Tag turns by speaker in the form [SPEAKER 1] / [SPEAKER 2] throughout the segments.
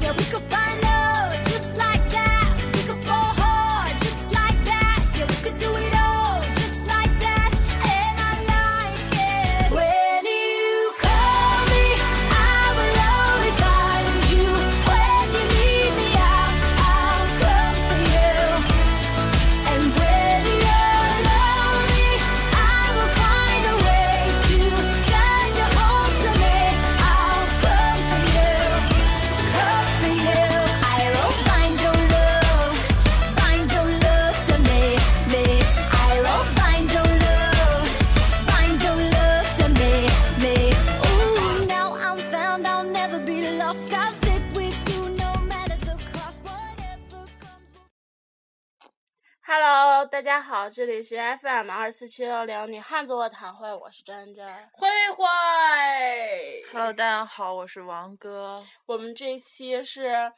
[SPEAKER 1] You could find love just like that. You could fall hard just like that. Yeah, we could do it all just like that. And I like it. When you call me, I will always find you. When you need me, I'll, I'll come for you. And when you're lonely, I will find a way to guide you home to me. I'll come for you, come for you. I will find your love, find your love to me, me. I will find your love, find your love to me, me. Ooh, now I'm found, I'll never be lost. I'll stick with you no matter the cost, whatever comes.
[SPEAKER 2] Hello，大家好，这里是 FM 二四七六零女汉子卧谈会，我是珍珍。
[SPEAKER 3] 慧慧
[SPEAKER 4] Hello，大家好，我是王哥。
[SPEAKER 2] 我们这一期是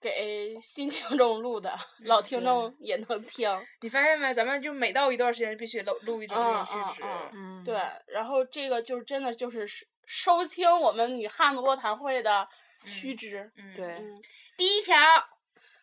[SPEAKER 2] 给新听众录的，
[SPEAKER 3] 嗯
[SPEAKER 2] 老听众也能听。
[SPEAKER 3] 你发现没？咱们就每到一段时间必须录录一种
[SPEAKER 2] 嗯
[SPEAKER 3] 东西，是不是？
[SPEAKER 2] 嗯嗯
[SPEAKER 4] 嗯
[SPEAKER 2] 对，然后这个就是真的就是收收听我们女汉子卧谈会的须知。
[SPEAKER 3] 嗯
[SPEAKER 4] 对
[SPEAKER 2] 嗯，
[SPEAKER 3] 第一条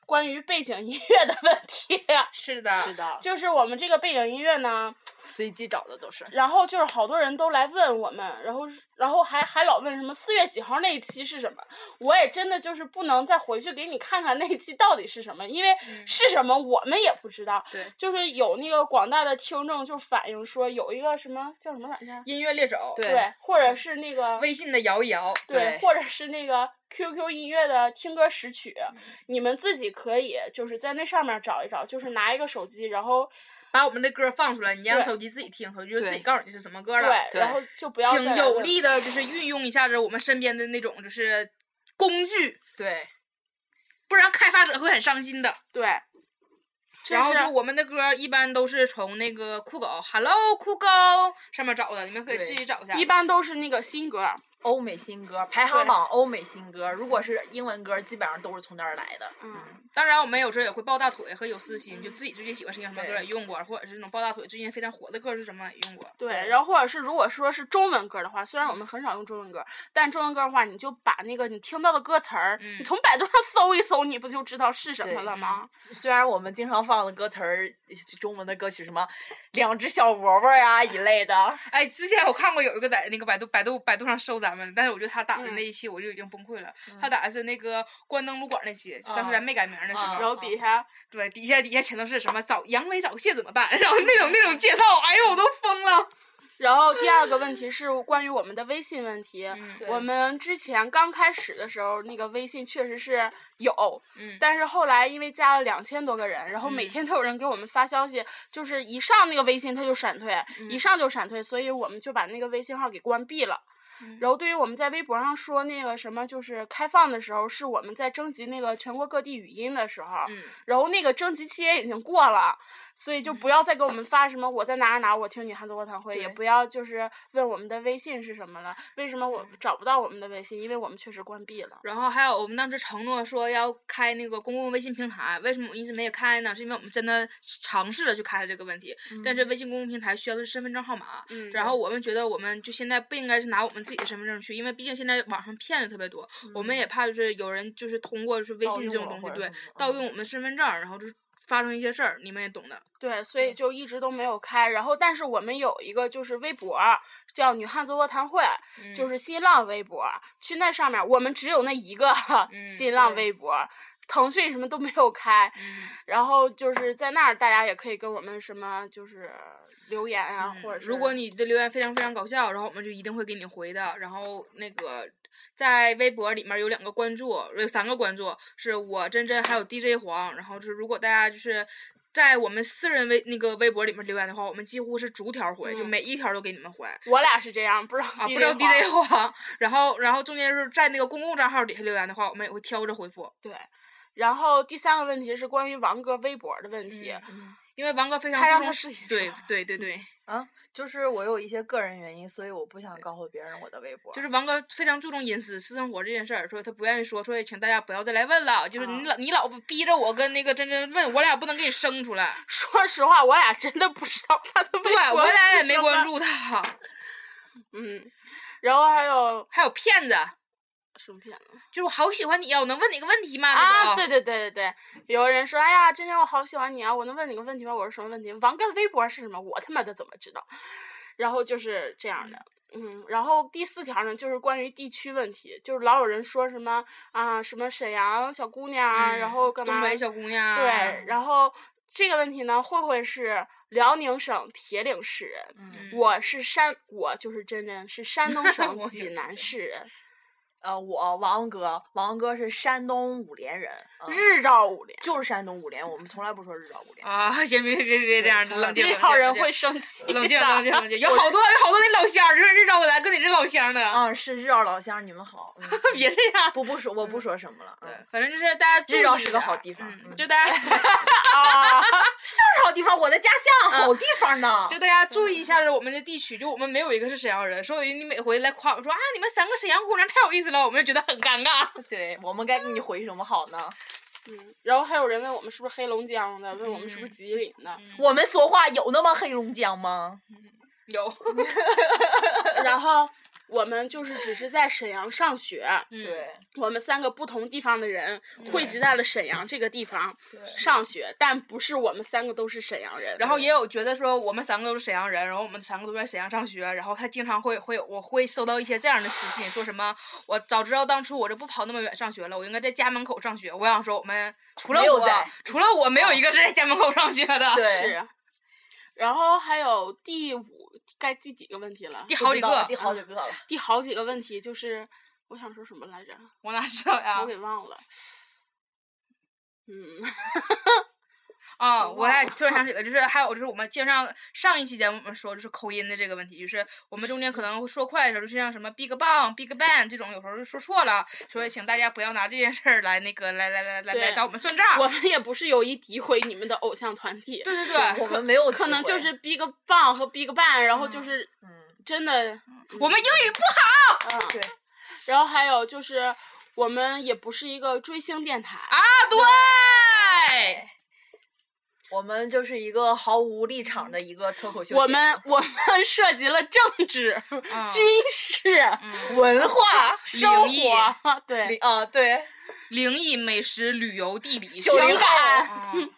[SPEAKER 2] 关于背景音乐的问题，
[SPEAKER 3] 是的，
[SPEAKER 4] 是的，
[SPEAKER 2] 就是我们这个背景音乐呢，
[SPEAKER 4] 随机找的都是。
[SPEAKER 2] 然后就是好多人都来问我们，然后是然后还还老问什么四月几号那一期是什么，我也真的就是不能再回去给你看看那一期到底是什么，因为
[SPEAKER 3] 嗯
[SPEAKER 2] 是什么我们也不知道。
[SPEAKER 4] 对，
[SPEAKER 2] 就是有那个广大的听众就反映说有一个什么叫什么软件，
[SPEAKER 3] 音乐猎手，
[SPEAKER 4] 对
[SPEAKER 2] 或者是那个
[SPEAKER 3] 嗯微信的摇一摇，
[SPEAKER 2] 对
[SPEAKER 4] 对，
[SPEAKER 2] 或者是那个 QQ 音乐的听歌识曲，
[SPEAKER 3] 嗯
[SPEAKER 2] 你们自己可以就是在那上面找一找，就是拿一个手机，然后
[SPEAKER 3] 把我们的歌放出来，你让
[SPEAKER 2] 对
[SPEAKER 3] 手机自己听，手机就自己
[SPEAKER 4] 对
[SPEAKER 3] 告诉你是什么歌了。
[SPEAKER 2] 对，
[SPEAKER 4] 对
[SPEAKER 2] 然后就不要再
[SPEAKER 3] 请
[SPEAKER 2] 来
[SPEAKER 3] 有
[SPEAKER 2] 问
[SPEAKER 3] 力的，就是运用一下子我们身边的那种就是工具，
[SPEAKER 4] 对，
[SPEAKER 3] 不然开发者会很伤心的。
[SPEAKER 2] 对。
[SPEAKER 3] 然后
[SPEAKER 2] 是
[SPEAKER 3] 就我们的歌一般都是从那个酷狗 “Hello 酷狗”上面找的，你们可以
[SPEAKER 4] 对
[SPEAKER 3] 自己找一下。
[SPEAKER 2] 一般都是那个新歌儿，
[SPEAKER 4] 欧美新歌排行榜，欧美新歌，如果是英文歌，基本上都是从那儿来的。
[SPEAKER 2] 嗯，
[SPEAKER 3] 当然，我们有时候也会抱大腿和有私心，就自己最近喜欢听什么歌
[SPEAKER 4] 对
[SPEAKER 3] 也用过，或者是那种抱大腿最近非常火的歌是什么也用过。
[SPEAKER 2] 对，然后或者是如果说是中文歌儿的话，虽然我们很少用中文歌儿，但中文歌儿的话，你就把那个你听到的歌词儿，
[SPEAKER 3] 嗯
[SPEAKER 2] 你从百度上搜一搜，你不就知道是什么
[SPEAKER 4] 对
[SPEAKER 2] 了吗？
[SPEAKER 4] 虽虽然我们经常放的歌词儿，中文的歌曲什么“两只小萝卜”呀一类的，
[SPEAKER 3] 哎，之前我看过有一个在那个百度百度百度上搜咱们，但是我觉得他打的那一期我就已经崩溃了。他打的是那个关灯撸管那期，就当时咱没改名的时候，
[SPEAKER 4] 啊
[SPEAKER 2] 然后底下，
[SPEAKER 3] 对底下底下全都是什么早阳痿早泄怎么办， 然后那种那种介绍，哎呦我都疯了。
[SPEAKER 2] 然后第二个问题是关于我们的微信问题。
[SPEAKER 3] 嗯
[SPEAKER 4] 对
[SPEAKER 2] 我们之前刚开始的时候，那个微信确实是有，
[SPEAKER 3] 嗯，
[SPEAKER 2] 但是后来因为加了两千多个人，然后每
[SPEAKER 3] 嗯
[SPEAKER 2] 天都有人给我们发消息，就是一上那个微信他就闪退，一上就闪退，所以我们就把那个微信号给关闭了。
[SPEAKER 3] 嗯
[SPEAKER 2] 然后对于我们在微博上说那个什么，就是开放的时候，是我们在征集那个全国各地语音的时候，
[SPEAKER 3] 嗯
[SPEAKER 2] 然后那个征集期也已经过了，所以就不要再给我们发什么我在哪儿哪儿我听女汉子卧谈会，也
[SPEAKER 4] 对
[SPEAKER 2] 不要就是问我们的微信是什么了，为什么我找不到我们的微信？因为我们确实关闭了。
[SPEAKER 3] 然后还有我们当时承诺说要开那个公共微信平台，为什么我们一直没有开呢？是因为我们真的尝试着去开了这个问题，
[SPEAKER 4] 嗯
[SPEAKER 3] 但是微信公共平台需要的是身份证号码。
[SPEAKER 2] 嗯，
[SPEAKER 3] 然后我们觉得，我们就现在不应该是拿我们自己的身份证去，因为毕竟现在网上骗子特别多，我们也怕就是有人就是通过就是微
[SPEAKER 4] 嗯盗
[SPEAKER 3] 信这
[SPEAKER 4] 用
[SPEAKER 3] 种
[SPEAKER 4] 了
[SPEAKER 3] 东
[SPEAKER 4] 或
[SPEAKER 3] 西，
[SPEAKER 4] 者
[SPEAKER 3] 对
[SPEAKER 4] 什么，
[SPEAKER 3] 盗
[SPEAKER 4] 嗯
[SPEAKER 3] 用我们的身份证，然后就是发生一些事儿，你们也懂的。
[SPEAKER 2] 对，所以就一直都没有开。然后，但是我们有一个就是微博儿，叫“女汉子卧谈会”，就
[SPEAKER 3] 嗯
[SPEAKER 2] 是新浪微博儿。去那上面，我们只有那一个
[SPEAKER 3] 嗯
[SPEAKER 2] 新浪
[SPEAKER 4] 对
[SPEAKER 2] 微博儿，腾讯什么都没有开。
[SPEAKER 3] 嗯
[SPEAKER 2] 然后就是在那儿，大家也可以跟我们什么就是留言啊，或者是
[SPEAKER 3] 嗯如果你的留言非常非常搞笑，然后我们就一定会给你回的。然后那个在微博里面有两个关注，有三个关注，是我真真还有 DJ 黄。然后就是如果大家就是。在我们私人微那个微博里面留言的话，我们几乎是逐条回，就
[SPEAKER 2] 嗯
[SPEAKER 3] 每一条都给你们回。
[SPEAKER 2] 我俩是这样，不知道
[SPEAKER 3] 啊，不
[SPEAKER 2] DJ
[SPEAKER 3] 知道
[SPEAKER 2] 黄
[SPEAKER 3] DJ 黄，然后然后中间就是在那个公共账号底下留言的话，我们也会挑着回复，
[SPEAKER 2] 对。 然后第三个问题是关于王哥微博儿的问
[SPEAKER 3] 嗯
[SPEAKER 2] 题，
[SPEAKER 3] 因为王哥非常
[SPEAKER 2] 他让
[SPEAKER 3] 注
[SPEAKER 2] 他
[SPEAKER 3] 重
[SPEAKER 2] 自
[SPEAKER 3] 是
[SPEAKER 2] 己嗯
[SPEAKER 3] 对
[SPEAKER 2] 说
[SPEAKER 3] 对对对，
[SPEAKER 4] 啊，就是我有一些个人原因，所以我不想告诉别人我的微博。
[SPEAKER 3] 就是王哥非常注重隐私私生活这件事儿，所以他不愿意说，所以请大家不要再来问了，就是
[SPEAKER 2] 嗯
[SPEAKER 3] 你老、你老逼着我跟那个真真问，我俩不能给你生出 来，
[SPEAKER 2] 说实话，我俩真的不知道他的微
[SPEAKER 3] 对
[SPEAKER 2] 博儿
[SPEAKER 3] 我俩也
[SPEAKER 2] 是
[SPEAKER 3] 没
[SPEAKER 2] 什么
[SPEAKER 3] 关注他，
[SPEAKER 2] 嗯，然后还有
[SPEAKER 3] 还有骗子，
[SPEAKER 2] 什么片子
[SPEAKER 3] 就是我好喜欢你啊呀、我能问你个问题吗？ 那种
[SPEAKER 2] 啊？对对对对对，有人说，哎呀，真真我好喜欢你啊！我能问你个问题吗？我说什么问题？王哥的微博是什么？我他妈的怎么知道？然后就是这样的。嗯，然后第四条呢，就是关于地区问题，就是老有人说什么啊，什么沈阳小姑娘啊，然
[SPEAKER 3] 嗯
[SPEAKER 2] 后干嘛？
[SPEAKER 3] 东北小姑娘，啊
[SPEAKER 2] 对，，然后这个问题呢，慧慧是辽宁省铁岭市人，
[SPEAKER 4] 嗯，
[SPEAKER 3] 嗯
[SPEAKER 2] 我是山，我就是真真是山东省
[SPEAKER 3] 我也
[SPEAKER 2] 济
[SPEAKER 3] 是
[SPEAKER 2] 南市人，
[SPEAKER 4] 呃，我王哥，王哥是山东五连人，嗯
[SPEAKER 2] 日照五连。
[SPEAKER 4] 就是山东五连，我们从来不说日照五连。
[SPEAKER 3] 啊，行，别别别别这
[SPEAKER 4] 对
[SPEAKER 3] 样，
[SPEAKER 4] 从来
[SPEAKER 3] 冷
[SPEAKER 4] 不这
[SPEAKER 3] 静，
[SPEAKER 2] 这
[SPEAKER 3] 冷
[SPEAKER 2] 号
[SPEAKER 3] 静
[SPEAKER 2] 人
[SPEAKER 3] 冷静
[SPEAKER 2] 会生气的。
[SPEAKER 3] 冷静，冷静，冷静。有好多有好多那老乡儿，就是日照的来跟你这老乡的，
[SPEAKER 2] 嗯
[SPEAKER 4] 啊，是日照老乡，你们好。嗯
[SPEAKER 3] 别这样。
[SPEAKER 4] 不不说，我不说什么了。嗯
[SPEAKER 3] 对，反正就是大家注
[SPEAKER 4] 日
[SPEAKER 3] 意
[SPEAKER 4] 照
[SPEAKER 3] 一
[SPEAKER 4] 是
[SPEAKER 3] 点
[SPEAKER 4] 个好
[SPEAKER 3] 儿
[SPEAKER 4] 地方
[SPEAKER 3] 嗯
[SPEAKER 4] 嗯
[SPEAKER 3] 就大家
[SPEAKER 2] 啊！
[SPEAKER 4] 是好地方，我的家乡，好地方呢。
[SPEAKER 3] 就大家注意一下我们的地区，就我们没有一个是沈阳人，所以你每回来夸我说啊，你们三个沈阳姑娘太有意思了，我们就觉得很尴尬。
[SPEAKER 4] 对，我们该给你回什么好呢？
[SPEAKER 2] 嗯，然后还有人问我们是不是黑龙江的，问我们是不是
[SPEAKER 3] 嗯
[SPEAKER 2] 吉林的，
[SPEAKER 4] 我们说话有那么黑龙江吗？
[SPEAKER 3] 有，嗯
[SPEAKER 2] 然后我们就是只是在沈阳上学，
[SPEAKER 3] 对，
[SPEAKER 2] 我们三个不同地方的人汇集在了沈阳这个地方
[SPEAKER 4] 对
[SPEAKER 2] 上学，但不是我们三个都是沈阳人。
[SPEAKER 3] 然后也有觉得说我们三个都是沈阳人，然后我们三个都在沈阳上学，然后他经常会会有我会收到一些这样的私信，说什么我早知道当初我就不跑那么远上学了，我应该在家门口上学。我想说我们除了
[SPEAKER 4] 没有
[SPEAKER 3] 我
[SPEAKER 4] 在，啊
[SPEAKER 3] 除了我没有一个是在家门口上学的。
[SPEAKER 4] 对
[SPEAKER 2] 是，然后还有第五该第几个问题了
[SPEAKER 3] 第？
[SPEAKER 4] 不
[SPEAKER 3] 好
[SPEAKER 4] 知
[SPEAKER 3] 几
[SPEAKER 4] 道了
[SPEAKER 3] 个
[SPEAKER 4] 第，好几个了。
[SPEAKER 2] 第好几个问题就是我想说什么来着，
[SPEAKER 3] 我哪知道呀
[SPEAKER 2] 我？给忘了。嗯，
[SPEAKER 3] 啊，
[SPEAKER 2] 我
[SPEAKER 3] 我
[SPEAKER 2] 忘
[SPEAKER 3] 还
[SPEAKER 2] 了
[SPEAKER 3] 突然想起了，就是还有就是我们就像上一期节目我们说就是口音的这个问题，就是我们中间可能会说快的时候，就像什么 Big Bang、Big Bang 这种，有时候就说错了，所以请大家不要拿这件事儿来那个来来来来来
[SPEAKER 2] 对
[SPEAKER 3] 找我们算账。
[SPEAKER 2] 我们也不是有意诋毁你们的偶像团体，
[SPEAKER 3] 对对对，
[SPEAKER 4] 我们没有机会，
[SPEAKER 2] 可能就是 Big Bang 和 Big Bang，然后就
[SPEAKER 3] 嗯
[SPEAKER 2] 是
[SPEAKER 4] 嗯，
[SPEAKER 2] 真的，
[SPEAKER 3] 我们英语不
[SPEAKER 2] 嗯，
[SPEAKER 4] 对，
[SPEAKER 2] 然后还有就是我们也不是一个追星电台，
[SPEAKER 3] 好对，
[SPEAKER 4] 我们就是一个毫无立场的一个脱口秀节目。
[SPEAKER 2] 我们我们涉及了政治、
[SPEAKER 3] 嗯
[SPEAKER 2] 军事、
[SPEAKER 3] 嗯
[SPEAKER 4] 文化
[SPEAKER 2] 生
[SPEAKER 3] 灵异
[SPEAKER 2] 活，对，
[SPEAKER 4] 啊，对，
[SPEAKER 3] 灵异、美食、旅游、地理、
[SPEAKER 4] 九零
[SPEAKER 3] 情
[SPEAKER 4] 后，
[SPEAKER 3] 感，
[SPEAKER 2] 嗯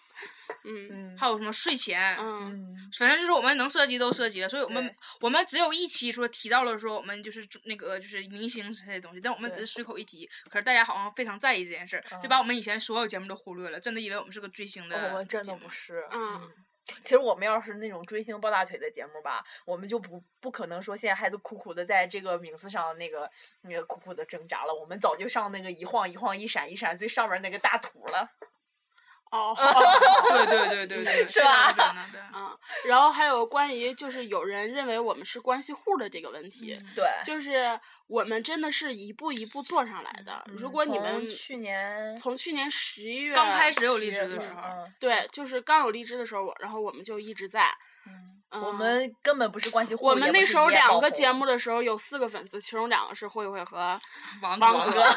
[SPEAKER 4] 嗯
[SPEAKER 3] 还有什么睡前，
[SPEAKER 2] 嗯。
[SPEAKER 4] 嗯，
[SPEAKER 3] 反正就是我们能涉及都涉及了，所以我们
[SPEAKER 4] 对
[SPEAKER 3] 我们只有一期说提到了说我们就是那个就是明星之类的东西，但我们只
[SPEAKER 4] 对
[SPEAKER 3] 是随口一提，可是大家好像非常在意这件事儿，就
[SPEAKER 4] 嗯哦
[SPEAKER 3] 把我们以前所有节目都忽略了，真的以为我们是个追星的节目，
[SPEAKER 4] 我们真的不是，
[SPEAKER 2] 嗯。
[SPEAKER 4] 其实我们要是那种追星抱大腿的节目吧，我们就不不可能说现在还是苦苦的在这个名字上那个那个苦苦的挣扎了，我们早就上那个一晃一晃一闪一闪最上面那个大图了。
[SPEAKER 2] 哦，
[SPEAKER 3] 对对对对对，
[SPEAKER 4] 是
[SPEAKER 3] 非常
[SPEAKER 4] 吧
[SPEAKER 3] 真的对，
[SPEAKER 2] 嗯，然后还有关于就是有人认为我们是关系户的这个问题，
[SPEAKER 4] 对，
[SPEAKER 2] 就是我们真的是一步一步做上来的。如果你
[SPEAKER 4] 嗯从
[SPEAKER 2] 们
[SPEAKER 4] 去年
[SPEAKER 2] 从去年十一月
[SPEAKER 4] 啊
[SPEAKER 3] 刚开始
[SPEAKER 4] 10
[SPEAKER 3] 有荔
[SPEAKER 4] 月
[SPEAKER 3] 枝的
[SPEAKER 4] 份
[SPEAKER 3] 时候，
[SPEAKER 4] 嗯
[SPEAKER 2] 对，就是刚有荔枝的时候，我然后我们就一直在，
[SPEAKER 4] 嗯
[SPEAKER 2] 嗯、
[SPEAKER 4] 我们根本不是关系户，
[SPEAKER 2] 我们
[SPEAKER 4] 也
[SPEAKER 2] 那
[SPEAKER 4] 不是
[SPEAKER 2] 时候
[SPEAKER 4] 一夜爆嗯
[SPEAKER 2] 两个
[SPEAKER 4] 红
[SPEAKER 2] 节目的时候有四个粉丝，其中两个是慧慧和
[SPEAKER 3] 王
[SPEAKER 2] 王
[SPEAKER 3] 哥
[SPEAKER 2] 哥。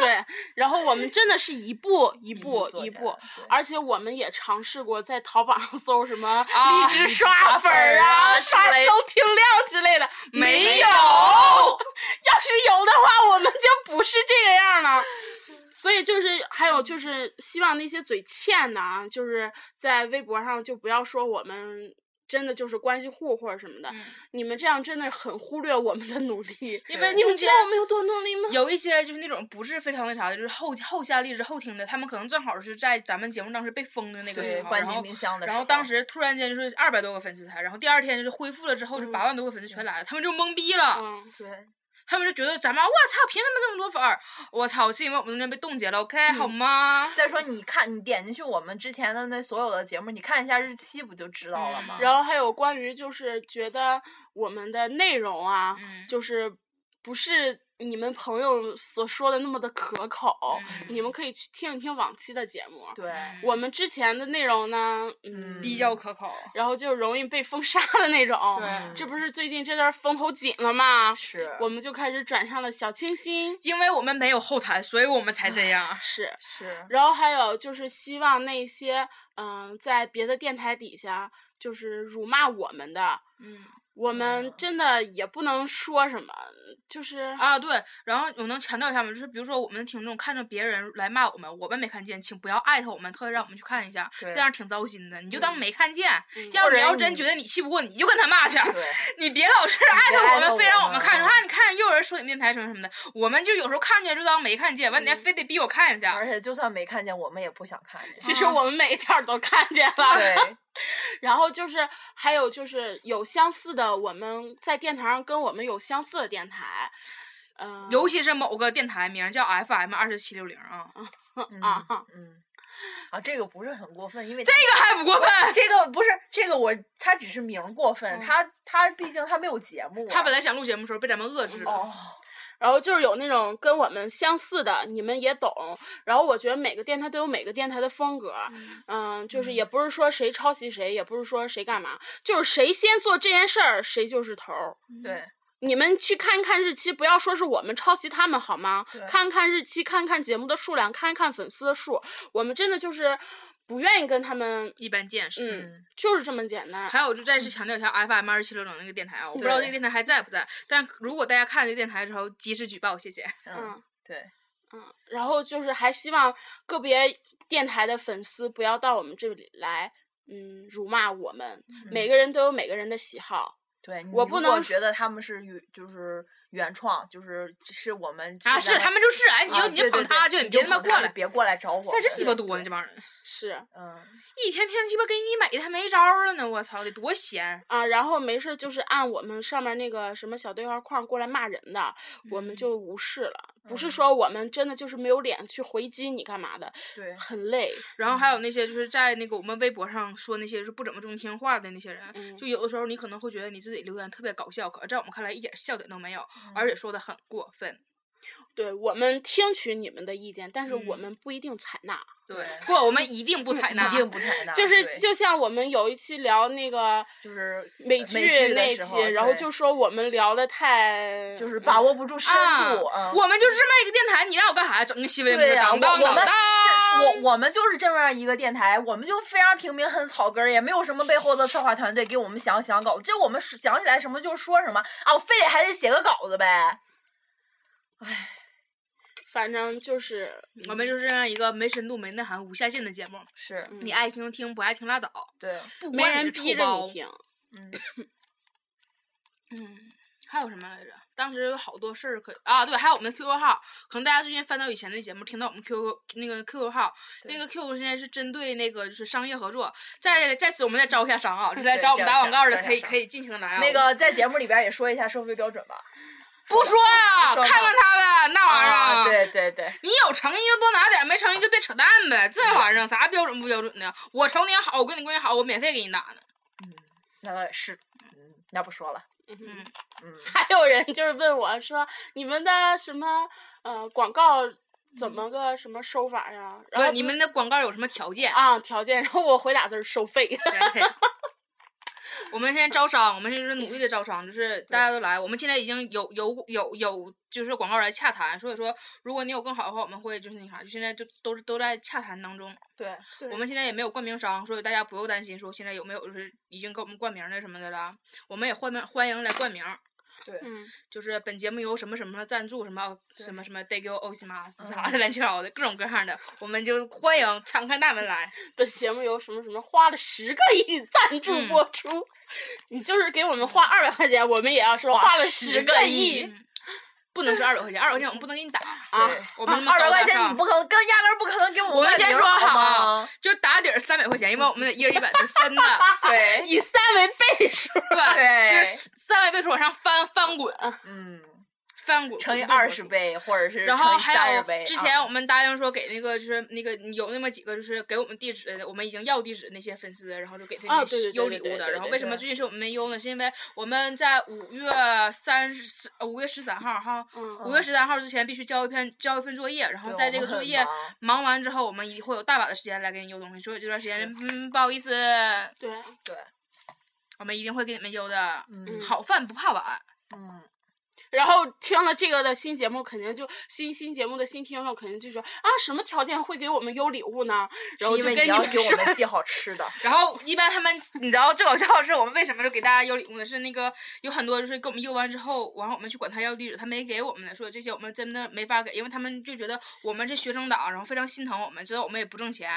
[SPEAKER 2] 对，然后我们真的是一步一步
[SPEAKER 4] 做
[SPEAKER 2] 一
[SPEAKER 4] 起
[SPEAKER 2] 步
[SPEAKER 4] 来，对
[SPEAKER 2] 而且我们也尝试过在淘宝上搜什么
[SPEAKER 3] 啊
[SPEAKER 2] 荔枝刷粉儿
[SPEAKER 4] 刷粉儿啊
[SPEAKER 2] 啊、
[SPEAKER 4] 之
[SPEAKER 2] 刷
[SPEAKER 4] 类
[SPEAKER 2] 收听量之类的，
[SPEAKER 3] 没
[SPEAKER 2] 没
[SPEAKER 3] 有
[SPEAKER 2] 要是有的话，我们就不是这个样了。所以就是，还有就是，希望那些嘴欠的啊，就是在微博上就不要说我们真的就是关系户或者什么的，
[SPEAKER 3] 嗯
[SPEAKER 2] 你们这样真的很忽略我们的努力。
[SPEAKER 3] 因为
[SPEAKER 2] 你
[SPEAKER 3] 中
[SPEAKER 2] 们知
[SPEAKER 3] 间
[SPEAKER 2] 道我们有多努力吗？
[SPEAKER 3] 有一些就是那种不是非常那啥的，就是后后下荔枝后听的，他们可能正好是在咱们节目当时被封的那个时
[SPEAKER 4] 对
[SPEAKER 3] 候，
[SPEAKER 4] 关
[SPEAKER 3] 然
[SPEAKER 4] 进
[SPEAKER 3] 后
[SPEAKER 4] 冰箱的时候，
[SPEAKER 3] 然后当时突然间就是二百多个粉丝才，然后第二天就是恢复了之后就八万多个粉丝全来了，他们就懵逼了，
[SPEAKER 2] 嗯，
[SPEAKER 4] 对
[SPEAKER 3] 他们就觉得咱们我操，凭什么这么多粉儿？我操，是因为我们中间被冻结了，OK、好吗？
[SPEAKER 4] 再说，你看，你点进去我们之前的那所有的节目，你看一下日期不就知道了吗？
[SPEAKER 3] 嗯
[SPEAKER 2] 然后还有关于就是觉得我们的内容啊，
[SPEAKER 3] 嗯
[SPEAKER 2] 就是不是你们朋友所说的那么的可口，
[SPEAKER 3] 嗯
[SPEAKER 2] 你们可以去听一听往期的节目。
[SPEAKER 4] 对，
[SPEAKER 2] 我们之前的内容呢，嗯，
[SPEAKER 4] 嗯
[SPEAKER 3] 比较可口，
[SPEAKER 2] 然后就容易被封杀的那种。
[SPEAKER 3] 对
[SPEAKER 2] 这不是最近这段风头紧了吗？
[SPEAKER 4] 是
[SPEAKER 2] 我们就开始转向了小清新。
[SPEAKER 3] 因为我们没有后台，所以我们才这样。
[SPEAKER 2] 是，
[SPEAKER 4] 是
[SPEAKER 2] 然后还有就是希望那些嗯、在别的电台底下就是辱骂我们的，
[SPEAKER 3] 嗯，
[SPEAKER 2] 我们真的也不能说什么，就是
[SPEAKER 3] 啊，对，然后我能强调一下吗？就是比如说我们的听众看着别人来骂我们，我们没看见，请不要艾特我们，特意让我们去看一下，
[SPEAKER 4] 对
[SPEAKER 3] 这样挺糟心的。你就当没看见，
[SPEAKER 2] 嗯
[SPEAKER 3] 要
[SPEAKER 4] 或
[SPEAKER 3] 是你
[SPEAKER 4] 者
[SPEAKER 3] 要真
[SPEAKER 4] 你
[SPEAKER 3] 觉得你气不过，你就跟他 骂去，
[SPEAKER 4] 对，
[SPEAKER 3] 你别老是艾
[SPEAKER 4] 别
[SPEAKER 3] 特我
[SPEAKER 4] 艾特
[SPEAKER 3] 们，非让
[SPEAKER 4] 我
[SPEAKER 3] 我们看，说
[SPEAKER 4] 们
[SPEAKER 3] 啊你看又有人说你面台什么什么的，我们就有时候看见就当没看见，完你还非得逼我看一下。
[SPEAKER 4] 嗯而且就算没看见，我们也不想 看见。啊
[SPEAKER 2] 其实我们每一条儿都看见了。
[SPEAKER 4] 对，
[SPEAKER 3] 啊
[SPEAKER 2] 然后就是还有就是有相似的，我们在电台上跟我们有相似的电台，嗯、
[SPEAKER 3] 尤其是某个电台名叫 FM 二四七六零啊，
[SPEAKER 4] 嗯
[SPEAKER 2] 啊哈
[SPEAKER 4] 嗯，啊，这个不是很过分，因为
[SPEAKER 3] 这个还不过分。
[SPEAKER 4] 这个不是这个我，他只是名儿过分，
[SPEAKER 3] 嗯
[SPEAKER 4] 他他毕竟他没有节目啊，
[SPEAKER 3] 他本来想录节目的时候被咱们遏制了。
[SPEAKER 4] 哦，
[SPEAKER 2] 然后就是有那种跟我们相似的，你们也懂。然后我觉得每个电台都有每个电台的风格，嗯、就是也不是说谁抄袭谁，也不是说谁干嘛，就是谁先做这件事儿，谁就是头儿。
[SPEAKER 4] 对，
[SPEAKER 2] 你们去看一看日期，不要说是我们抄袭他们好吗
[SPEAKER 4] 对？
[SPEAKER 2] 看一看日期，看一看节目的数量，看一看粉丝的数。我们真的就是不愿意跟他们，
[SPEAKER 3] 一般见识。
[SPEAKER 2] 嗯，
[SPEAKER 4] 嗯
[SPEAKER 2] 就是这么简单。
[SPEAKER 3] 还有，就再次强调一下 FM 二七六零那个电台啊，我不知道这
[SPEAKER 4] 对
[SPEAKER 3] 个电台还在不在，但如果大家看了这个电台之后，及时举报，谢谢。
[SPEAKER 4] 嗯，
[SPEAKER 2] 嗯
[SPEAKER 4] 对，
[SPEAKER 2] 嗯，然后就是还希望个别电台的粉丝不要到我们这里来。嗯，辱骂我们，每个人都有每个人的喜好，
[SPEAKER 4] 对
[SPEAKER 2] 我
[SPEAKER 4] 你
[SPEAKER 2] 不
[SPEAKER 4] 如果
[SPEAKER 2] 能
[SPEAKER 4] 觉得他们是原就是原创，就是是我们
[SPEAKER 3] 啊，是他们就是，哎，你就
[SPEAKER 4] 啊
[SPEAKER 3] 你
[SPEAKER 4] 对对
[SPEAKER 3] 就捧他去，
[SPEAKER 4] 对
[SPEAKER 3] 你别他妈
[SPEAKER 4] 捧
[SPEAKER 3] 过
[SPEAKER 4] 们
[SPEAKER 3] 来，
[SPEAKER 4] 别过来找我们，
[SPEAKER 3] 事儿真鸡巴
[SPEAKER 4] 对
[SPEAKER 3] 多呢，这，帮人
[SPEAKER 2] 是
[SPEAKER 4] 嗯，
[SPEAKER 3] 一天天鸡巴给你美的还没招儿了呢，我操，得多闲。
[SPEAKER 2] 啊，然后没事就是按我们上面那个什么小对话框过来骂人的，我们
[SPEAKER 3] 嗯
[SPEAKER 2] 就无视了。不是
[SPEAKER 4] 嗯
[SPEAKER 2] 说我们真的就是没有脸去回击你干嘛的，
[SPEAKER 4] 对，
[SPEAKER 2] 很累。
[SPEAKER 3] 然后还有那些就是在那个我们微博上说那些是不怎么中听话的那些人，
[SPEAKER 2] 嗯
[SPEAKER 3] 就有的时候你可能会觉得你自己留言特别搞笑，可是在我们看来一点笑点都没有，而且说的很过分。
[SPEAKER 2] 对我们听取你们的意见，但是我
[SPEAKER 3] 嗯
[SPEAKER 2] 们不一定采纳。
[SPEAKER 3] 对
[SPEAKER 4] 对，
[SPEAKER 3] 不，我们一定不采纳。
[SPEAKER 4] 一定不采纳，
[SPEAKER 2] 就是
[SPEAKER 4] 啊对
[SPEAKER 2] 就像我们有一期聊那个
[SPEAKER 4] 就是呃
[SPEAKER 2] 美
[SPEAKER 4] 剧的
[SPEAKER 2] 那
[SPEAKER 4] 时
[SPEAKER 2] 期，
[SPEAKER 4] 候
[SPEAKER 2] 然后
[SPEAKER 4] 对嗯
[SPEAKER 2] 就说我们聊的太
[SPEAKER 4] 就是把握不住深
[SPEAKER 3] 啊
[SPEAKER 4] 度，嗯
[SPEAKER 3] 我们就是这么一个电台，你让我干啥？整个新闻不
[SPEAKER 4] 对
[SPEAKER 3] 是
[SPEAKER 4] 呀、
[SPEAKER 3] 当
[SPEAKER 4] 我
[SPEAKER 3] 当
[SPEAKER 4] 我
[SPEAKER 3] 当
[SPEAKER 4] 们
[SPEAKER 3] 当。
[SPEAKER 4] 是我我们就是这么样一个电台，我们就非常平民，很草根儿，也没有什么背后的策划团队给我们想想稿子，这我们是想起来什么就说什么啊，我非得还得写个稿子呗。
[SPEAKER 2] 反正就是
[SPEAKER 4] 嗯
[SPEAKER 3] 我们就是这样一个没深度、没内涵、无下限的节目，
[SPEAKER 4] 是
[SPEAKER 2] 嗯
[SPEAKER 3] 你爱听听，不爱听拉倒，
[SPEAKER 4] 对，
[SPEAKER 3] 不
[SPEAKER 2] 没
[SPEAKER 3] 关你
[SPEAKER 2] 人
[SPEAKER 3] 的臭
[SPEAKER 2] 逼着
[SPEAKER 3] 包
[SPEAKER 2] 你。听。
[SPEAKER 4] 嗯，
[SPEAKER 3] 嗯，还有什么来着？当时有好多事儿可以啊，对，还有我们的 QQ 号，可能大家最近翻到以前的节目，听到我们 QQ 那个 QQ 号，那
[SPEAKER 4] 对
[SPEAKER 3] 个 QQ 现在是针对那个就是商业合作，在在此我们再招一下 商啊，就来
[SPEAKER 4] 对
[SPEAKER 3] 找我们
[SPEAKER 4] 招一
[SPEAKER 3] 打
[SPEAKER 4] 下
[SPEAKER 3] 广告
[SPEAKER 4] 招一
[SPEAKER 3] 的可以
[SPEAKER 4] 下商
[SPEAKER 3] 可以尽情来啊。
[SPEAKER 4] 那个在节目里边也说一下收费标准吧。
[SPEAKER 3] 不说呀，
[SPEAKER 4] 不说
[SPEAKER 3] 看看他呗，那玩意儿、
[SPEAKER 4] 啊，对对对，
[SPEAKER 3] 你有诚意就多拿点儿，没诚意就别扯淡呗。这玩意儿啥标准不标准的？我瞅你好，我跟你关系好，我免费给你打呢。
[SPEAKER 4] 那倒也是，嗯，那不说了，
[SPEAKER 3] 嗯，
[SPEAKER 4] 嗯，
[SPEAKER 2] 还有人就是问我说你们的什么呃广告
[SPEAKER 4] 嗯
[SPEAKER 2] 怎么个什么收法呀？
[SPEAKER 3] 不
[SPEAKER 2] 然后
[SPEAKER 3] 是你们的广告有什么条件？
[SPEAKER 2] 啊条件，然后我回俩字儿收费。
[SPEAKER 3] 对我们现在招商，我们现在就是努力的招商，就是大家都来。我们现在已经有有有有，就是广告来洽谈，所以说如果你有更好的话，我们会就是那啥，就现在就都是都在洽谈当中。
[SPEAKER 4] 对，
[SPEAKER 2] 对
[SPEAKER 3] 我们现在也没有冠名商，所以大家不用担心说现在有没有就是已经给我们冠名的什么的了。我们也欢迎欢迎来冠名，
[SPEAKER 2] 嗯，
[SPEAKER 3] 就是本节目由什么什么赞助，什么
[SPEAKER 4] 对
[SPEAKER 3] 什么什么 d e g o o s m a s 啥的乱七八糟的各种各样的，我们就欢迎敞开大门来。
[SPEAKER 2] 本节目由什么什么花了十个亿赞助
[SPEAKER 3] 嗯
[SPEAKER 2] 播出，你就是给我们花二百块钱，我们也要说花了十个亿。
[SPEAKER 3] 不能说二百块钱，二百块钱我们不能给你打
[SPEAKER 2] 啊
[SPEAKER 4] 对
[SPEAKER 3] 我们那么
[SPEAKER 4] 二百
[SPEAKER 3] 高大
[SPEAKER 4] 块钱
[SPEAKER 3] 上
[SPEAKER 4] 你不可能跟压根儿不可能给我们
[SPEAKER 3] 我们
[SPEAKER 4] 冠
[SPEAKER 3] 先
[SPEAKER 4] 名
[SPEAKER 3] 说好
[SPEAKER 4] 好吗？
[SPEAKER 3] 就打底儿三百块钱，因为我们得一人一百分 分的，
[SPEAKER 4] 对，
[SPEAKER 2] 以三为倍数，
[SPEAKER 3] 对吧？
[SPEAKER 4] 对
[SPEAKER 3] 就是三百倍数往上翻翻滚
[SPEAKER 4] 嗯。
[SPEAKER 3] 翻滚，
[SPEAKER 4] 乘以
[SPEAKER 3] 滚滚
[SPEAKER 4] 二
[SPEAKER 3] 滚
[SPEAKER 4] 十。倍，或者是
[SPEAKER 3] 然
[SPEAKER 4] 乘
[SPEAKER 3] 后
[SPEAKER 4] 以
[SPEAKER 3] 还
[SPEAKER 4] 30
[SPEAKER 3] 有
[SPEAKER 4] 倍
[SPEAKER 3] 之
[SPEAKER 4] 啊
[SPEAKER 3] 前我们答应说给那个就是那个有那么几个就是给我们地址的，我们已经要地址那些粉丝，然后就给
[SPEAKER 2] 啊
[SPEAKER 4] 哦
[SPEAKER 3] 他
[SPEAKER 2] 对对
[SPEAKER 3] 些
[SPEAKER 2] 对
[SPEAKER 3] 邮
[SPEAKER 2] 对
[SPEAKER 3] 礼
[SPEAKER 2] 对
[SPEAKER 3] 物的。
[SPEAKER 2] 对
[SPEAKER 3] 然后
[SPEAKER 2] 对
[SPEAKER 3] 为什么
[SPEAKER 2] 对
[SPEAKER 3] 最近是我们没邮呢？是因为我们在五月三十呃五月十三号哈，
[SPEAKER 2] 嗯，
[SPEAKER 3] 五月十三号之前必须交一篇交一份作业，然后
[SPEAKER 4] 对
[SPEAKER 3] 在
[SPEAKER 4] 我
[SPEAKER 3] 这
[SPEAKER 4] 们
[SPEAKER 3] 个
[SPEAKER 4] 很
[SPEAKER 3] 作业
[SPEAKER 4] 忙
[SPEAKER 3] 忙完之后，我们一会有大把的时间来给你邮东西。所以这段时间，嗯，不好意思，
[SPEAKER 2] 对，啊
[SPEAKER 4] 对，
[SPEAKER 3] 我们一定会给你们邮的。
[SPEAKER 4] 嗯
[SPEAKER 3] 好饭不怕晚，
[SPEAKER 4] 嗯，
[SPEAKER 2] 然后听了这个的新节目，肯定就新新节目的新听众肯定就说啊，什么条件会给我们邮礼物呢？然后
[SPEAKER 4] 是
[SPEAKER 2] 就
[SPEAKER 4] 因为
[SPEAKER 2] 跟
[SPEAKER 4] 你要
[SPEAKER 2] 们
[SPEAKER 4] 给我
[SPEAKER 2] 说，
[SPEAKER 4] 们寄好吃 的，
[SPEAKER 3] 然后一般他们，你知道最搞笑的是，我们为什么就给大家邮礼物呢？是那个有很多就是跟我们邮完之后，然后我们去管他要地址，他没给我们的，说这些我们真的没法给，因为他们就觉得我们是学生党，然后非常心疼我们，知道我们也不挣钱，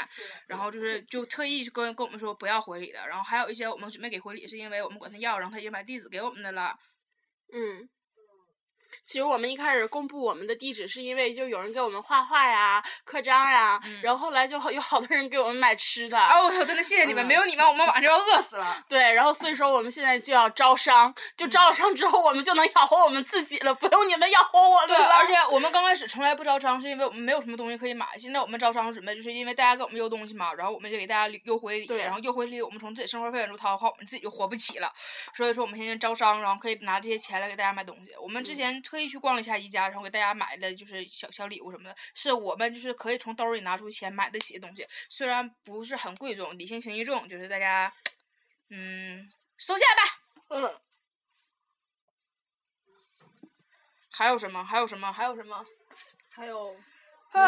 [SPEAKER 3] 然后就是就特意就跟跟我们说不要回礼的。然后还有一些我们准备给回礼，是因为我们管他要，然后他已经把地址给我们的了。
[SPEAKER 2] 嗯。其实我们一开始公布我们的地址，是因为就有人给我们画画呀、刻章呀，
[SPEAKER 4] 嗯
[SPEAKER 2] 然后后来就好有好多人给我们买吃的。
[SPEAKER 3] 啊，我操！真的谢谢你们，没有你们我们晚上就要饿死了。
[SPEAKER 2] 对，然后所以说我们现在就要招商，就招了商之后，我们就能养活我们自己了，不用你们养活我们
[SPEAKER 3] 对，
[SPEAKER 2] 了。
[SPEAKER 3] 而且我们刚开始从来不招商，是因为我们没有什么东西可以买。现在我们招商准备，就是因为大家给我们邮东西嘛，然后我们就给大家邮回礼，
[SPEAKER 2] 对
[SPEAKER 3] 然后邮回礼，我们从自己生活费里头掏的话，我们自己就活不起了。所以说我们现在招商，然后可以拿这些钱来给大家买东西。我们之前特意去逛了一下宜家，然后给大家买的就是小小礼物什么的，是我们就是可以从兜里拿出钱买得起的东西，虽然不是很贵重，礼轻情意重，就是大家，嗯，收下吧。还有什么？还有什么？还有什么？
[SPEAKER 2] 还有，
[SPEAKER 3] 啊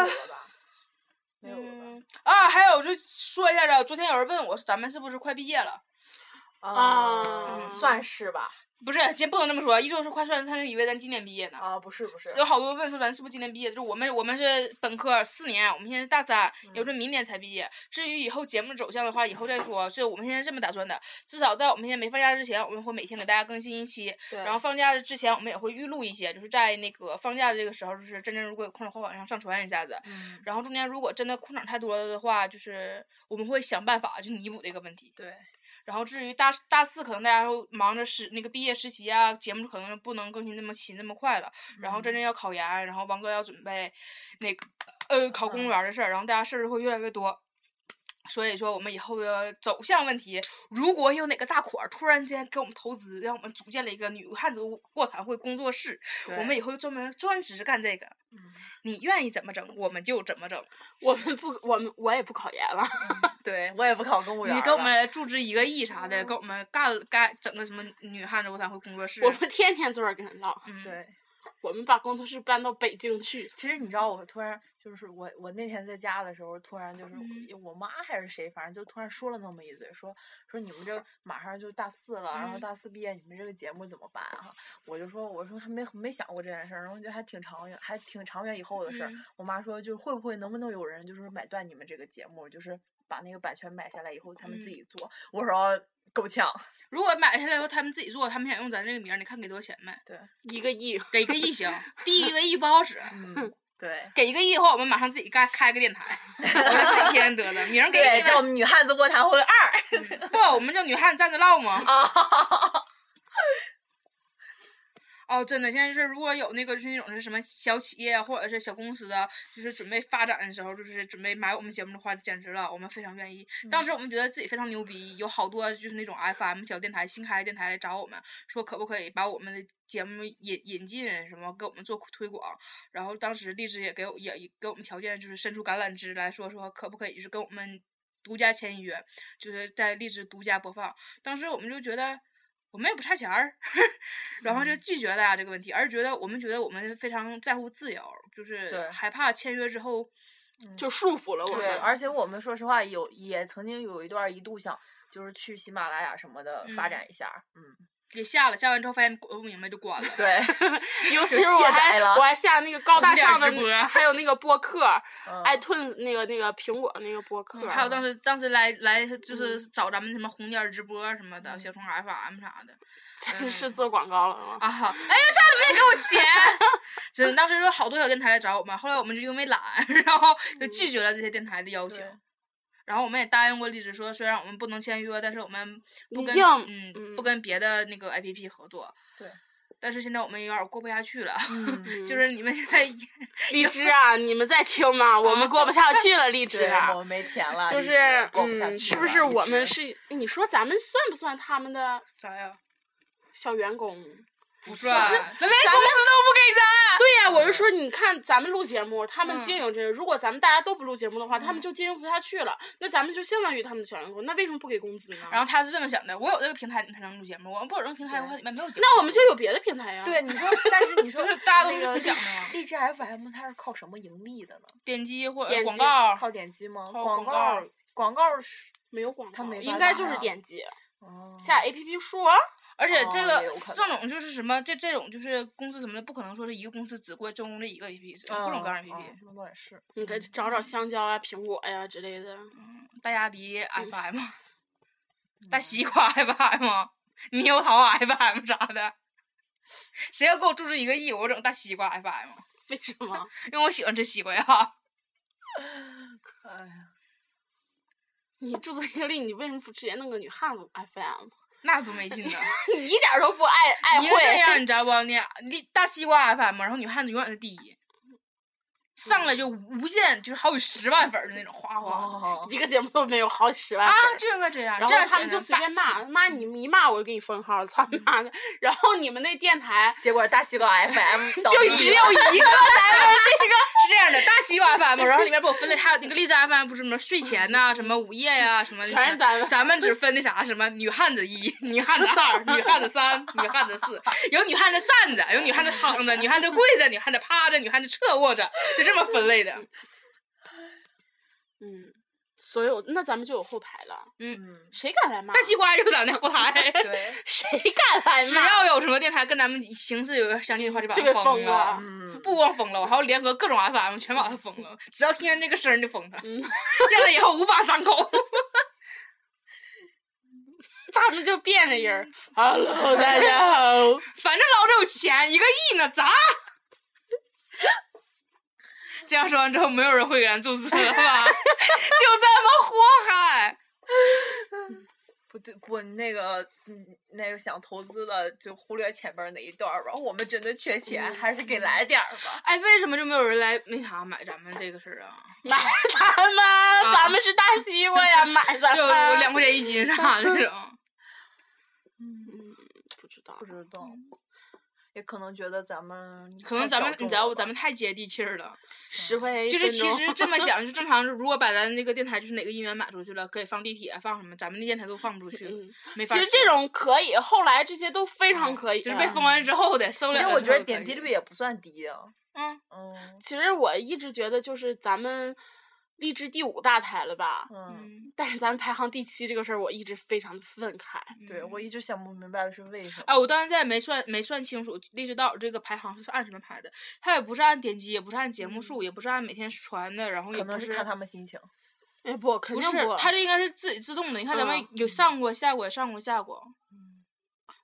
[SPEAKER 4] 没有了吧？
[SPEAKER 3] 嗯啊，还有就说一下子，昨天有人问我，咱们是不是快毕业了？
[SPEAKER 4] 啊
[SPEAKER 3] 嗯
[SPEAKER 2] 啊
[SPEAKER 4] 算是吧。
[SPEAKER 3] 不是，先不能这么说，一说是快算，他就以为咱今年毕业呢。
[SPEAKER 4] 啊，不是不是，
[SPEAKER 3] 有好多问说咱是不是今年毕业，就是我们我们是本科四年，我们现在是大三，
[SPEAKER 4] 嗯
[SPEAKER 3] 有说明年才毕业。至于以后节目走向的话，以后再说。是我们现在这么打算的，至少在我们现在没放假之前，我们会每天给大家更新一期。
[SPEAKER 4] 对
[SPEAKER 3] 然后放假之前，我们也会预录一些，就是在那个放假这个时候，就是真正如果有空的话，往上上传一下子。
[SPEAKER 4] 嗯
[SPEAKER 3] 然后中间如果真的空场太多了的话，就是我们会想办法去弥补这个问题。
[SPEAKER 4] 对，
[SPEAKER 3] 然后至于大大四，可能大家会忙着实那个毕业实习啊，节目可能不能更新这么勤这么快了。
[SPEAKER 4] 嗯
[SPEAKER 3] 然后真正要考研，然后王哥要准备那个呃考
[SPEAKER 4] 嗯
[SPEAKER 3] 公务员的事儿，然后大家事儿会越来越多。所以说，我们以后的走向问题，如果有哪个大款儿突然间给我们投资，让我们组建了一个女汉子卧谈会工作室，我们以后就专门专职干这个。
[SPEAKER 4] 嗯
[SPEAKER 3] 你愿意怎么整，我们就怎么整。
[SPEAKER 2] 我们不，我们我也不考研了。
[SPEAKER 4] 对我也不考公务员儿了，哦
[SPEAKER 3] 你给我们注资一个亿啥的，给我们干干整个什么女汉子卧谈会工作室。啊
[SPEAKER 2] 我 们天天坐这儿跟人唠，
[SPEAKER 3] 嗯，
[SPEAKER 4] 对。
[SPEAKER 2] 我们把工作室搬到北京去。
[SPEAKER 4] 其实你知道，我突然就是我，我那天在家的时候，突然就是
[SPEAKER 3] 嗯
[SPEAKER 4] 我妈还是谁，反正就突然说了那么一嘴，说说你们这马上就大四了，然后
[SPEAKER 3] 嗯
[SPEAKER 4] 大四毕业，你们这个节目怎么办啊？我就说我说还没没想过这件事儿，然后觉得还挺长远，还挺长远以后的事儿。
[SPEAKER 3] 嗯
[SPEAKER 4] 我妈说就是会不会能不能有人就是买断你们这个节目，就是把那个版权买下来以后他们自
[SPEAKER 3] 嗯
[SPEAKER 4] 己做。我说够呛，
[SPEAKER 3] 如果买下来以后他们自己做，他们想用咱这个名儿，你看给多少钱呗？
[SPEAKER 4] 对，
[SPEAKER 2] 一个 亿，
[SPEAKER 3] 给一个 亿行，低于一个亿不好使。
[SPEAKER 4] 嗯，对。
[SPEAKER 3] 给一个亿的话，我们马上自己干开个 电台，我们自己天天嘚瑟，名儿给
[SPEAKER 4] 对，
[SPEAKER 3] 一
[SPEAKER 4] 叫
[SPEAKER 3] 万
[SPEAKER 4] 《女汉子卧谈会二
[SPEAKER 3] 不，我们叫女汉子站着唠嘛。》哦，真的，现在就是如果有那个就是那种是什么小企业啊或者是小公司啊，就是准备发展的时候，就是准备买我们节目的话，简直了，我们非常愿意。当时我们觉得自己非常牛逼，有好多就是那种 FM 小电台、新开的电台来找我们，说可不可以把我们的节目引引进什么，给我们做推广。然后当时荔枝也给我也也给我们条件，就是伸出橄榄枝来说说可不可以，就是跟我们独家签约，就是在荔枝独家播放。当时我们就觉得我们也不差钱儿， 然后就拒绝了大家这个问题，而是觉得我们觉得我们非常在乎自由，就是
[SPEAKER 4] 对
[SPEAKER 3] 害怕签约之后，
[SPEAKER 2] 就束缚了我
[SPEAKER 4] 对，
[SPEAKER 2] 们。
[SPEAKER 4] 而且我们说实话有也曾经有一段儿一度想就是去喜马拉雅什么的发
[SPEAKER 3] 嗯
[SPEAKER 4] 展一下儿，嗯，
[SPEAKER 3] 也下了，下完之后发现滚不明白就关了。
[SPEAKER 4] 对，
[SPEAKER 2] 尤其
[SPEAKER 4] 就是
[SPEAKER 2] 我
[SPEAKER 4] 卸
[SPEAKER 2] 还
[SPEAKER 4] 载了
[SPEAKER 2] 我还下那个高大
[SPEAKER 3] 红点
[SPEAKER 2] 上的
[SPEAKER 3] 直
[SPEAKER 2] 那，
[SPEAKER 3] 播
[SPEAKER 2] 还有那个播客
[SPEAKER 4] 嗯
[SPEAKER 2] ，iTunes 那个那个苹果那个播客，
[SPEAKER 3] 嗯还有当时当时来来
[SPEAKER 2] 嗯
[SPEAKER 3] 就是找咱们什么红点儿直播什么的，小虫 FM 啥的
[SPEAKER 2] 真是做广告了吗？
[SPEAKER 3] 啊，哎呀，差点没给 我钱，真的，当时有好多小电台来找我们，后来我们就因为懒，然后
[SPEAKER 2] 嗯
[SPEAKER 3] 就拒绝了这些电台的邀请。
[SPEAKER 4] 对
[SPEAKER 3] 然后我们也答应过荔枝说，虽然我们不能签约，但是我们不
[SPEAKER 2] 一
[SPEAKER 3] 跟
[SPEAKER 2] 定
[SPEAKER 3] 嗯不
[SPEAKER 2] 嗯
[SPEAKER 3] 跟别的那个 APP 合作。
[SPEAKER 4] 对。
[SPEAKER 3] 但是现在我们有点儿过不下去了，
[SPEAKER 4] 嗯，
[SPEAKER 2] 嗯
[SPEAKER 3] 就是你们现 在
[SPEAKER 2] 荔枝啊，你们在听吗？我们过不下去了，荔枝
[SPEAKER 4] 对，
[SPEAKER 2] 啊
[SPEAKER 4] 我。们没钱了，
[SPEAKER 2] 就
[SPEAKER 4] 一
[SPEAKER 2] 是
[SPEAKER 4] 直过不下
[SPEAKER 2] 嗯，
[SPEAKER 4] 去
[SPEAKER 2] 是不
[SPEAKER 4] 了
[SPEAKER 2] 是
[SPEAKER 4] 一
[SPEAKER 2] 我们
[SPEAKER 4] 直
[SPEAKER 2] 是？你说咱们算不算他们的
[SPEAKER 3] 咋呀？
[SPEAKER 2] 小员工？
[SPEAKER 3] 不赚，那连工资
[SPEAKER 2] 咱
[SPEAKER 3] 都不
[SPEAKER 2] 们
[SPEAKER 3] 给咱。
[SPEAKER 2] 对呀、我就说，你看咱们录节目，他们
[SPEAKER 3] 嗯
[SPEAKER 2] 经营这个，如果咱们大家都不录节目的话，他们就经营不下去了，那咱们就相当于他们的小员工，那为什么不给工资呢？
[SPEAKER 3] 然后他是这么想的，我有这个平台，你才能录节目；我们不有这个平台的话，你们没有节目。
[SPEAKER 2] 那我们就有别的平台呀。
[SPEAKER 4] 对，，你说，但是你说
[SPEAKER 3] 就是大家都
[SPEAKER 4] 那
[SPEAKER 3] 是
[SPEAKER 4] 个
[SPEAKER 3] 不想的嘛
[SPEAKER 4] 荔枝 FM 它是靠什么盈利的呢？
[SPEAKER 3] 点击或者
[SPEAKER 2] 点
[SPEAKER 3] 广
[SPEAKER 2] 击
[SPEAKER 3] 告，
[SPEAKER 4] 靠点击吗？
[SPEAKER 3] 靠
[SPEAKER 4] 广
[SPEAKER 3] 广
[SPEAKER 4] 告
[SPEAKER 3] 告
[SPEAKER 4] 儿，广告儿是，
[SPEAKER 2] 没有广告，
[SPEAKER 4] 他没办
[SPEAKER 2] 应该
[SPEAKER 4] 法
[SPEAKER 2] 就是
[SPEAKER 4] 呀
[SPEAKER 2] 点击
[SPEAKER 4] 哦
[SPEAKER 2] 下 APP 数啊。
[SPEAKER 3] 而且这
[SPEAKER 4] 哦
[SPEAKER 3] 个
[SPEAKER 4] 也有可
[SPEAKER 3] 这种就是什么，这这种就是公司什么的，不可能说是一个公司只会专攻这一个 APP，各
[SPEAKER 2] 哦
[SPEAKER 3] 种各样的 APP。
[SPEAKER 4] 嗯那倒也是。
[SPEAKER 2] 你再找找香蕉啊、苹果呀、之类的。
[SPEAKER 3] 大家离 FM，、大
[SPEAKER 2] 嗯
[SPEAKER 3] 西瓜 FM，猕猴桃 FM 啊 啥的，谁要给我注资一个亿，我整大西瓜 FM，
[SPEAKER 2] 为什么？
[SPEAKER 3] 因为我喜欢吃西瓜呀。
[SPEAKER 4] 哎呀，
[SPEAKER 2] 你注册一个令，你为什么不直接弄个女汉子 FM？
[SPEAKER 3] 那多没劲呢！
[SPEAKER 2] 你一点儿都不爱爱
[SPEAKER 3] 你就这
[SPEAKER 2] 会。
[SPEAKER 3] 样，你知道不？你你大西瓜 FM，然后女汉子永远是第一，上来就无限，就是好几十万粉儿的那种，哗哗
[SPEAKER 4] 哦，
[SPEAKER 2] 一个节目都没有好几万
[SPEAKER 3] 啊
[SPEAKER 2] 粉儿，
[SPEAKER 3] 就应该这样。
[SPEAKER 2] 然
[SPEAKER 3] 这样
[SPEAKER 2] 后他们
[SPEAKER 3] 显
[SPEAKER 2] 就
[SPEAKER 3] 得
[SPEAKER 2] 随便
[SPEAKER 3] 霸气
[SPEAKER 2] 骂，骂你们一骂我就给你封号，操
[SPEAKER 3] 嗯
[SPEAKER 2] 你妈的！然后你们那电台
[SPEAKER 4] 结果大西瓜 FM 倒
[SPEAKER 2] 就
[SPEAKER 4] 闭
[SPEAKER 2] 只
[SPEAKER 4] 了
[SPEAKER 2] 有一 个咱们这个，
[SPEAKER 3] 是这样的，大西瓜 FM，然后里面不有分类，还有那个荔枝 FM，不是什么睡前呐、什么午夜呀、什么的，
[SPEAKER 2] 全是咱们
[SPEAKER 3] 咱们只分那啥，什么女汉子一、女汉子 二、女汉子三、女汉子四，有女汉子站着，有女汉子躺着，女汉子跪着，女汉子趴着，女汉子侧卧着，就这么分类的。
[SPEAKER 2] 嗯，所有那咱们就有后台了，
[SPEAKER 4] 嗯，
[SPEAKER 2] 谁敢来骂？
[SPEAKER 3] 大西瓜就咱那 后台，
[SPEAKER 4] 对，
[SPEAKER 2] 谁敢来
[SPEAKER 3] 只
[SPEAKER 2] 骂？
[SPEAKER 3] 要有什么电台跟咱们形式有点相近的话，就把
[SPEAKER 2] 就
[SPEAKER 3] 它
[SPEAKER 2] 给
[SPEAKER 3] 封
[SPEAKER 2] 封了
[SPEAKER 4] 嗯，
[SPEAKER 3] 不光封了，我还要联合各种 FM 全把它封了，只要听见那个声儿就封它，
[SPEAKER 2] 嗯，
[SPEAKER 3] 让它以后无法张口。
[SPEAKER 2] 咱们就变着音儿。Hello，大家 好。
[SPEAKER 3] 反正老子有钱，一个亿呢，砸！ 这样说完之后，没有人会给咱注资了 吧？就这么祸害。
[SPEAKER 4] 不对，不那个，嗯，那个想投资的就忽略前边儿那一段儿吧。我们真的
[SPEAKER 3] 嗯
[SPEAKER 4] 缺钱，还是给来点儿吧。
[SPEAKER 3] 哎，为什么就没有人来那啥买咱们这个事儿啊？
[SPEAKER 2] 买咱们，咱们是大西瓜 呀，买咱
[SPEAKER 3] 就
[SPEAKER 2] 们。
[SPEAKER 3] 嗯两块钱一斤啥的那 种。嗯
[SPEAKER 2] 不知道
[SPEAKER 4] 嗯不，知道，也可能觉得咱们
[SPEAKER 3] 可能
[SPEAKER 4] 太
[SPEAKER 3] 咱们
[SPEAKER 4] 小，
[SPEAKER 3] 你
[SPEAKER 4] 众
[SPEAKER 3] 知道
[SPEAKER 4] 了
[SPEAKER 3] 不？
[SPEAKER 4] 吧
[SPEAKER 3] 咱们太接地气儿了。
[SPEAKER 2] 十块钱一
[SPEAKER 3] 嗯就是
[SPEAKER 2] 分
[SPEAKER 3] 其
[SPEAKER 2] 钟
[SPEAKER 3] 实这么 想，就正常。如果把咱这个电台就是哪个音源买出去了，可以放地铁，啊放什么，咱们的电台都放不出去，
[SPEAKER 2] 嗯
[SPEAKER 3] 没法
[SPEAKER 2] 其
[SPEAKER 3] 听。
[SPEAKER 2] 实这种可以，后来这些都非常可以。啊
[SPEAKER 3] 就是被封。完之后的收敛
[SPEAKER 4] 其
[SPEAKER 3] 了之
[SPEAKER 4] 实
[SPEAKER 3] 后就可以。
[SPEAKER 4] 我觉得点击率也不算低啊。
[SPEAKER 3] 嗯
[SPEAKER 4] 嗯
[SPEAKER 2] 其实我一直觉得，就是咱们励志第五大台了吧，
[SPEAKER 4] 嗯，
[SPEAKER 3] 嗯，
[SPEAKER 2] 但是咱们排行第七这个事儿，我一直非常的愤慨。
[SPEAKER 4] 对
[SPEAKER 3] 嗯
[SPEAKER 4] 我一直想不明白是为什么。
[SPEAKER 3] 哎，我到现在没算没算清楚荔枝岛这个排行是按什么排的，它也不是按点击，也不是按节目数，也不是按每天传的，然后也
[SPEAKER 4] 嗯可
[SPEAKER 3] 不
[SPEAKER 4] 能
[SPEAKER 3] 是
[SPEAKER 4] 看他们心情，
[SPEAKER 2] 哎，不，肯
[SPEAKER 3] 不
[SPEAKER 2] 定
[SPEAKER 3] 是
[SPEAKER 2] 不。，
[SPEAKER 3] 它这应该是自己自动的。你看咱们
[SPEAKER 2] 嗯
[SPEAKER 3] 有上过、下过、上过、下过，
[SPEAKER 4] 嗯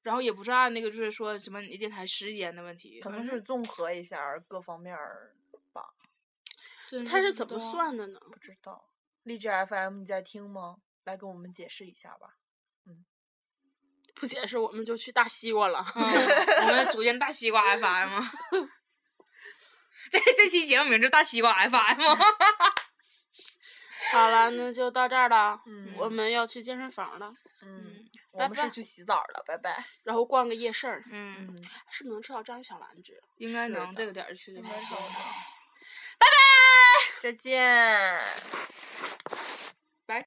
[SPEAKER 3] 然后也不是按那个就是说什么你电台时间的问题，
[SPEAKER 4] 可
[SPEAKER 3] 反
[SPEAKER 4] 能
[SPEAKER 3] 正
[SPEAKER 4] 是综合一下儿各方面儿
[SPEAKER 3] 真
[SPEAKER 2] 它是
[SPEAKER 3] 不
[SPEAKER 2] 怎
[SPEAKER 3] 知
[SPEAKER 2] 么
[SPEAKER 3] 道？
[SPEAKER 2] 算的呢？
[SPEAKER 4] 不知道。荔枝 FM 你在听吗？来给我们解释一下吧。
[SPEAKER 2] 不解释，我们就去大西瓜了。
[SPEAKER 3] 嗯，我们组建 大西瓜 FM。这这期节目名是大西瓜 FM，
[SPEAKER 4] 嗯
[SPEAKER 2] 好了，那就到这儿了。
[SPEAKER 4] 嗯
[SPEAKER 2] 我们要去健身房了，
[SPEAKER 4] 嗯，
[SPEAKER 2] 拜
[SPEAKER 4] 我们是
[SPEAKER 2] 拜
[SPEAKER 4] 去洗澡了，拜拜。
[SPEAKER 2] 然后逛个夜市儿，
[SPEAKER 3] 嗯，
[SPEAKER 4] 嗯，
[SPEAKER 2] 是不是能吃到章鱼小丸子？
[SPEAKER 3] 应该
[SPEAKER 4] 是的
[SPEAKER 3] 能这个
[SPEAKER 4] 啊
[SPEAKER 3] 点儿去的吧。
[SPEAKER 4] 再见。